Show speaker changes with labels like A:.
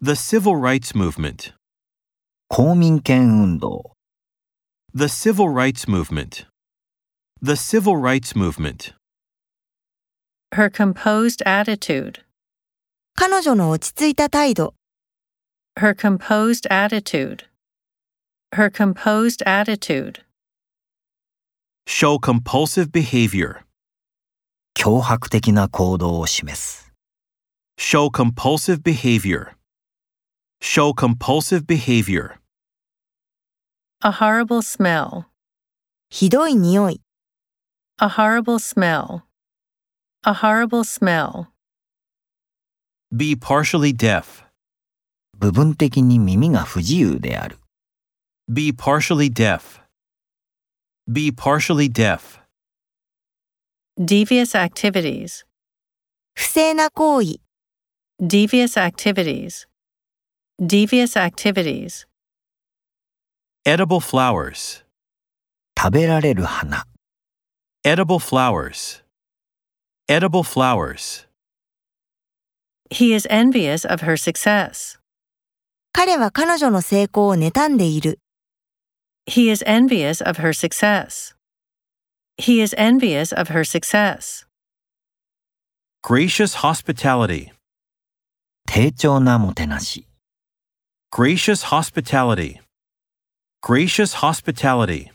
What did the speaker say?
A: The civil rights movement.
B: 公民権運動、
A: The civil rights movement. The civil rights movement.
C: Her composed attitude.
D: 彼女の落ち着いた態度、
C: Her composed attitude. Her composed attitude.
A: Show compulsive behavior.
B: 脅迫的な行動を示す。
A: Show compulsive behavior. Show compulsive behavior.
C: A horrible smell.
D: ひどい匂い、
C: A horrible smell. A horrible smell.
A: Be partially deaf.
B: 部分的に耳が不自由である。
A: Be partially deaf. Be partially deaf.
C: Devious activities.
D: 不正な行為、
C: Devious activities. Devious activities.
A: Edible flowers.
B: 食べられる花、
A: Edible flowers. Edible flowers.
C: He is envious of her success.
D: 彼は彼女の成功を妬んでいる、
C: He is envious of her success. He is envious of her success.
A: Gracious hospitality.
B: 低調なもてなし、
A: Gracious hospitality. Gracious hospitality.